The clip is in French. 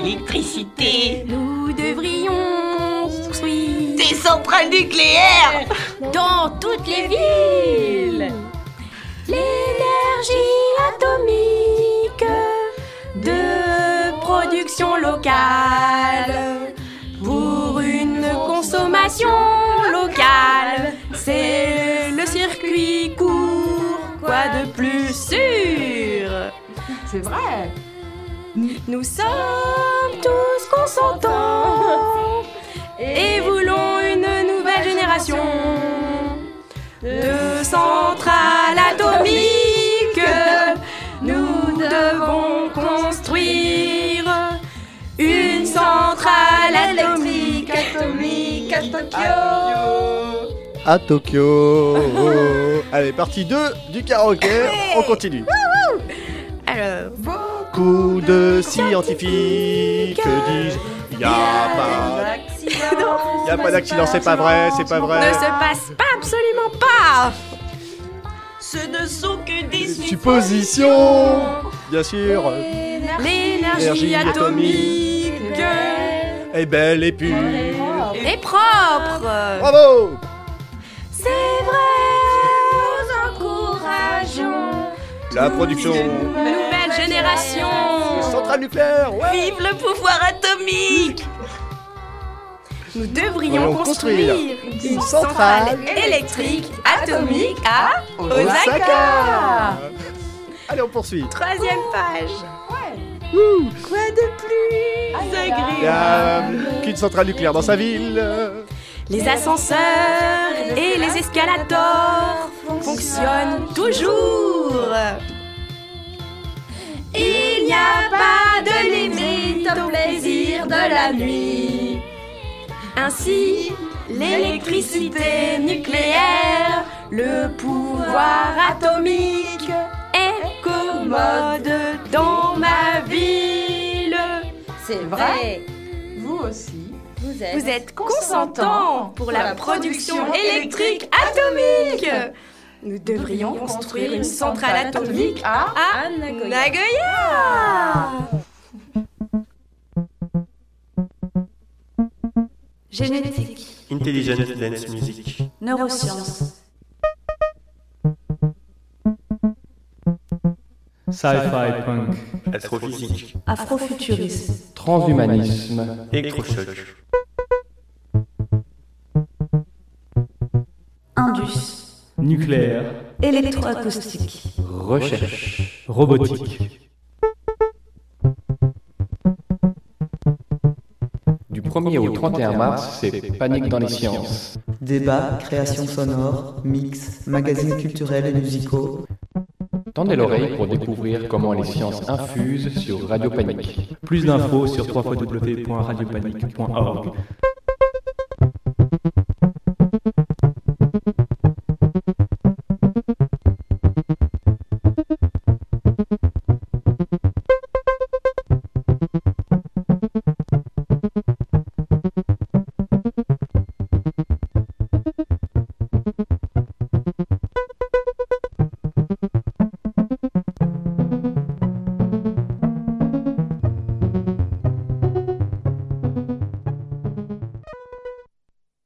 d'électricité, Nous devrions construire des centrales nucléaires, dans toutes les villes l'énergie atomique de production locale pour une consommation locale. C'est le circuit court, quoi de plus sûr C'est vrai. nous sommes tous consentants et voulons une nouvelle génération de centrales atomiques. Nous devons construire une centrale atomique, atomique à Tokyo. à Tokyo. Allez, partie 2 du karaoké, on continue. Alors, Coup de scientifique, dis-je. Y a pas, y a pas d'accident, c'est pas vrai, c'est pas ne vrai. se passe pas absolument pas. ce ne sont que des Supposition, bien sûr, L'énergie Énergie atomique atomique. est belle et pure. est propre. Bravo C'est vrai, nous encourageons La production. nouvelle génération. Centrale nucléaire, ouais Vive le pouvoir atomique Nous Voyons devrions construire une centrale électrique atomique à Osaka. Allez, on poursuit. Troisième page. Quoi de plus Il y agréable a euh, qu'une centrale nucléaire dans sa ville. Les ascenseurs et les escalators fonctionnent toujours. Il n'y a pas de limite au plaisir de la nuit. Ainsi, l'électricité nucléaire, le pouvoir atomique est commode dans ma ville. C'est vrai. Vous aussi. Vous êtes. Vous êtes consentants pour la production électrique atomique. Nous devrions construire une centrale atomique à à Nagoya. Génétique, Intelligent Dance Music. neurosciences, Sci-fi punk. Astrophysique. afrofuturisme, Transhumanisme. Électrochoc. indus, Nucléaire. électroacoustique, Recherche. Robotique. Du 1er au 31 mars, c'est Panique dans les sciences. Débat, création sonore, mix, magazines culturels et musicaux. Tendez l'oreille pour découvrir comment les sciences infusent sur Radio Panique. Plus d'infos sur www.radiopanique.org.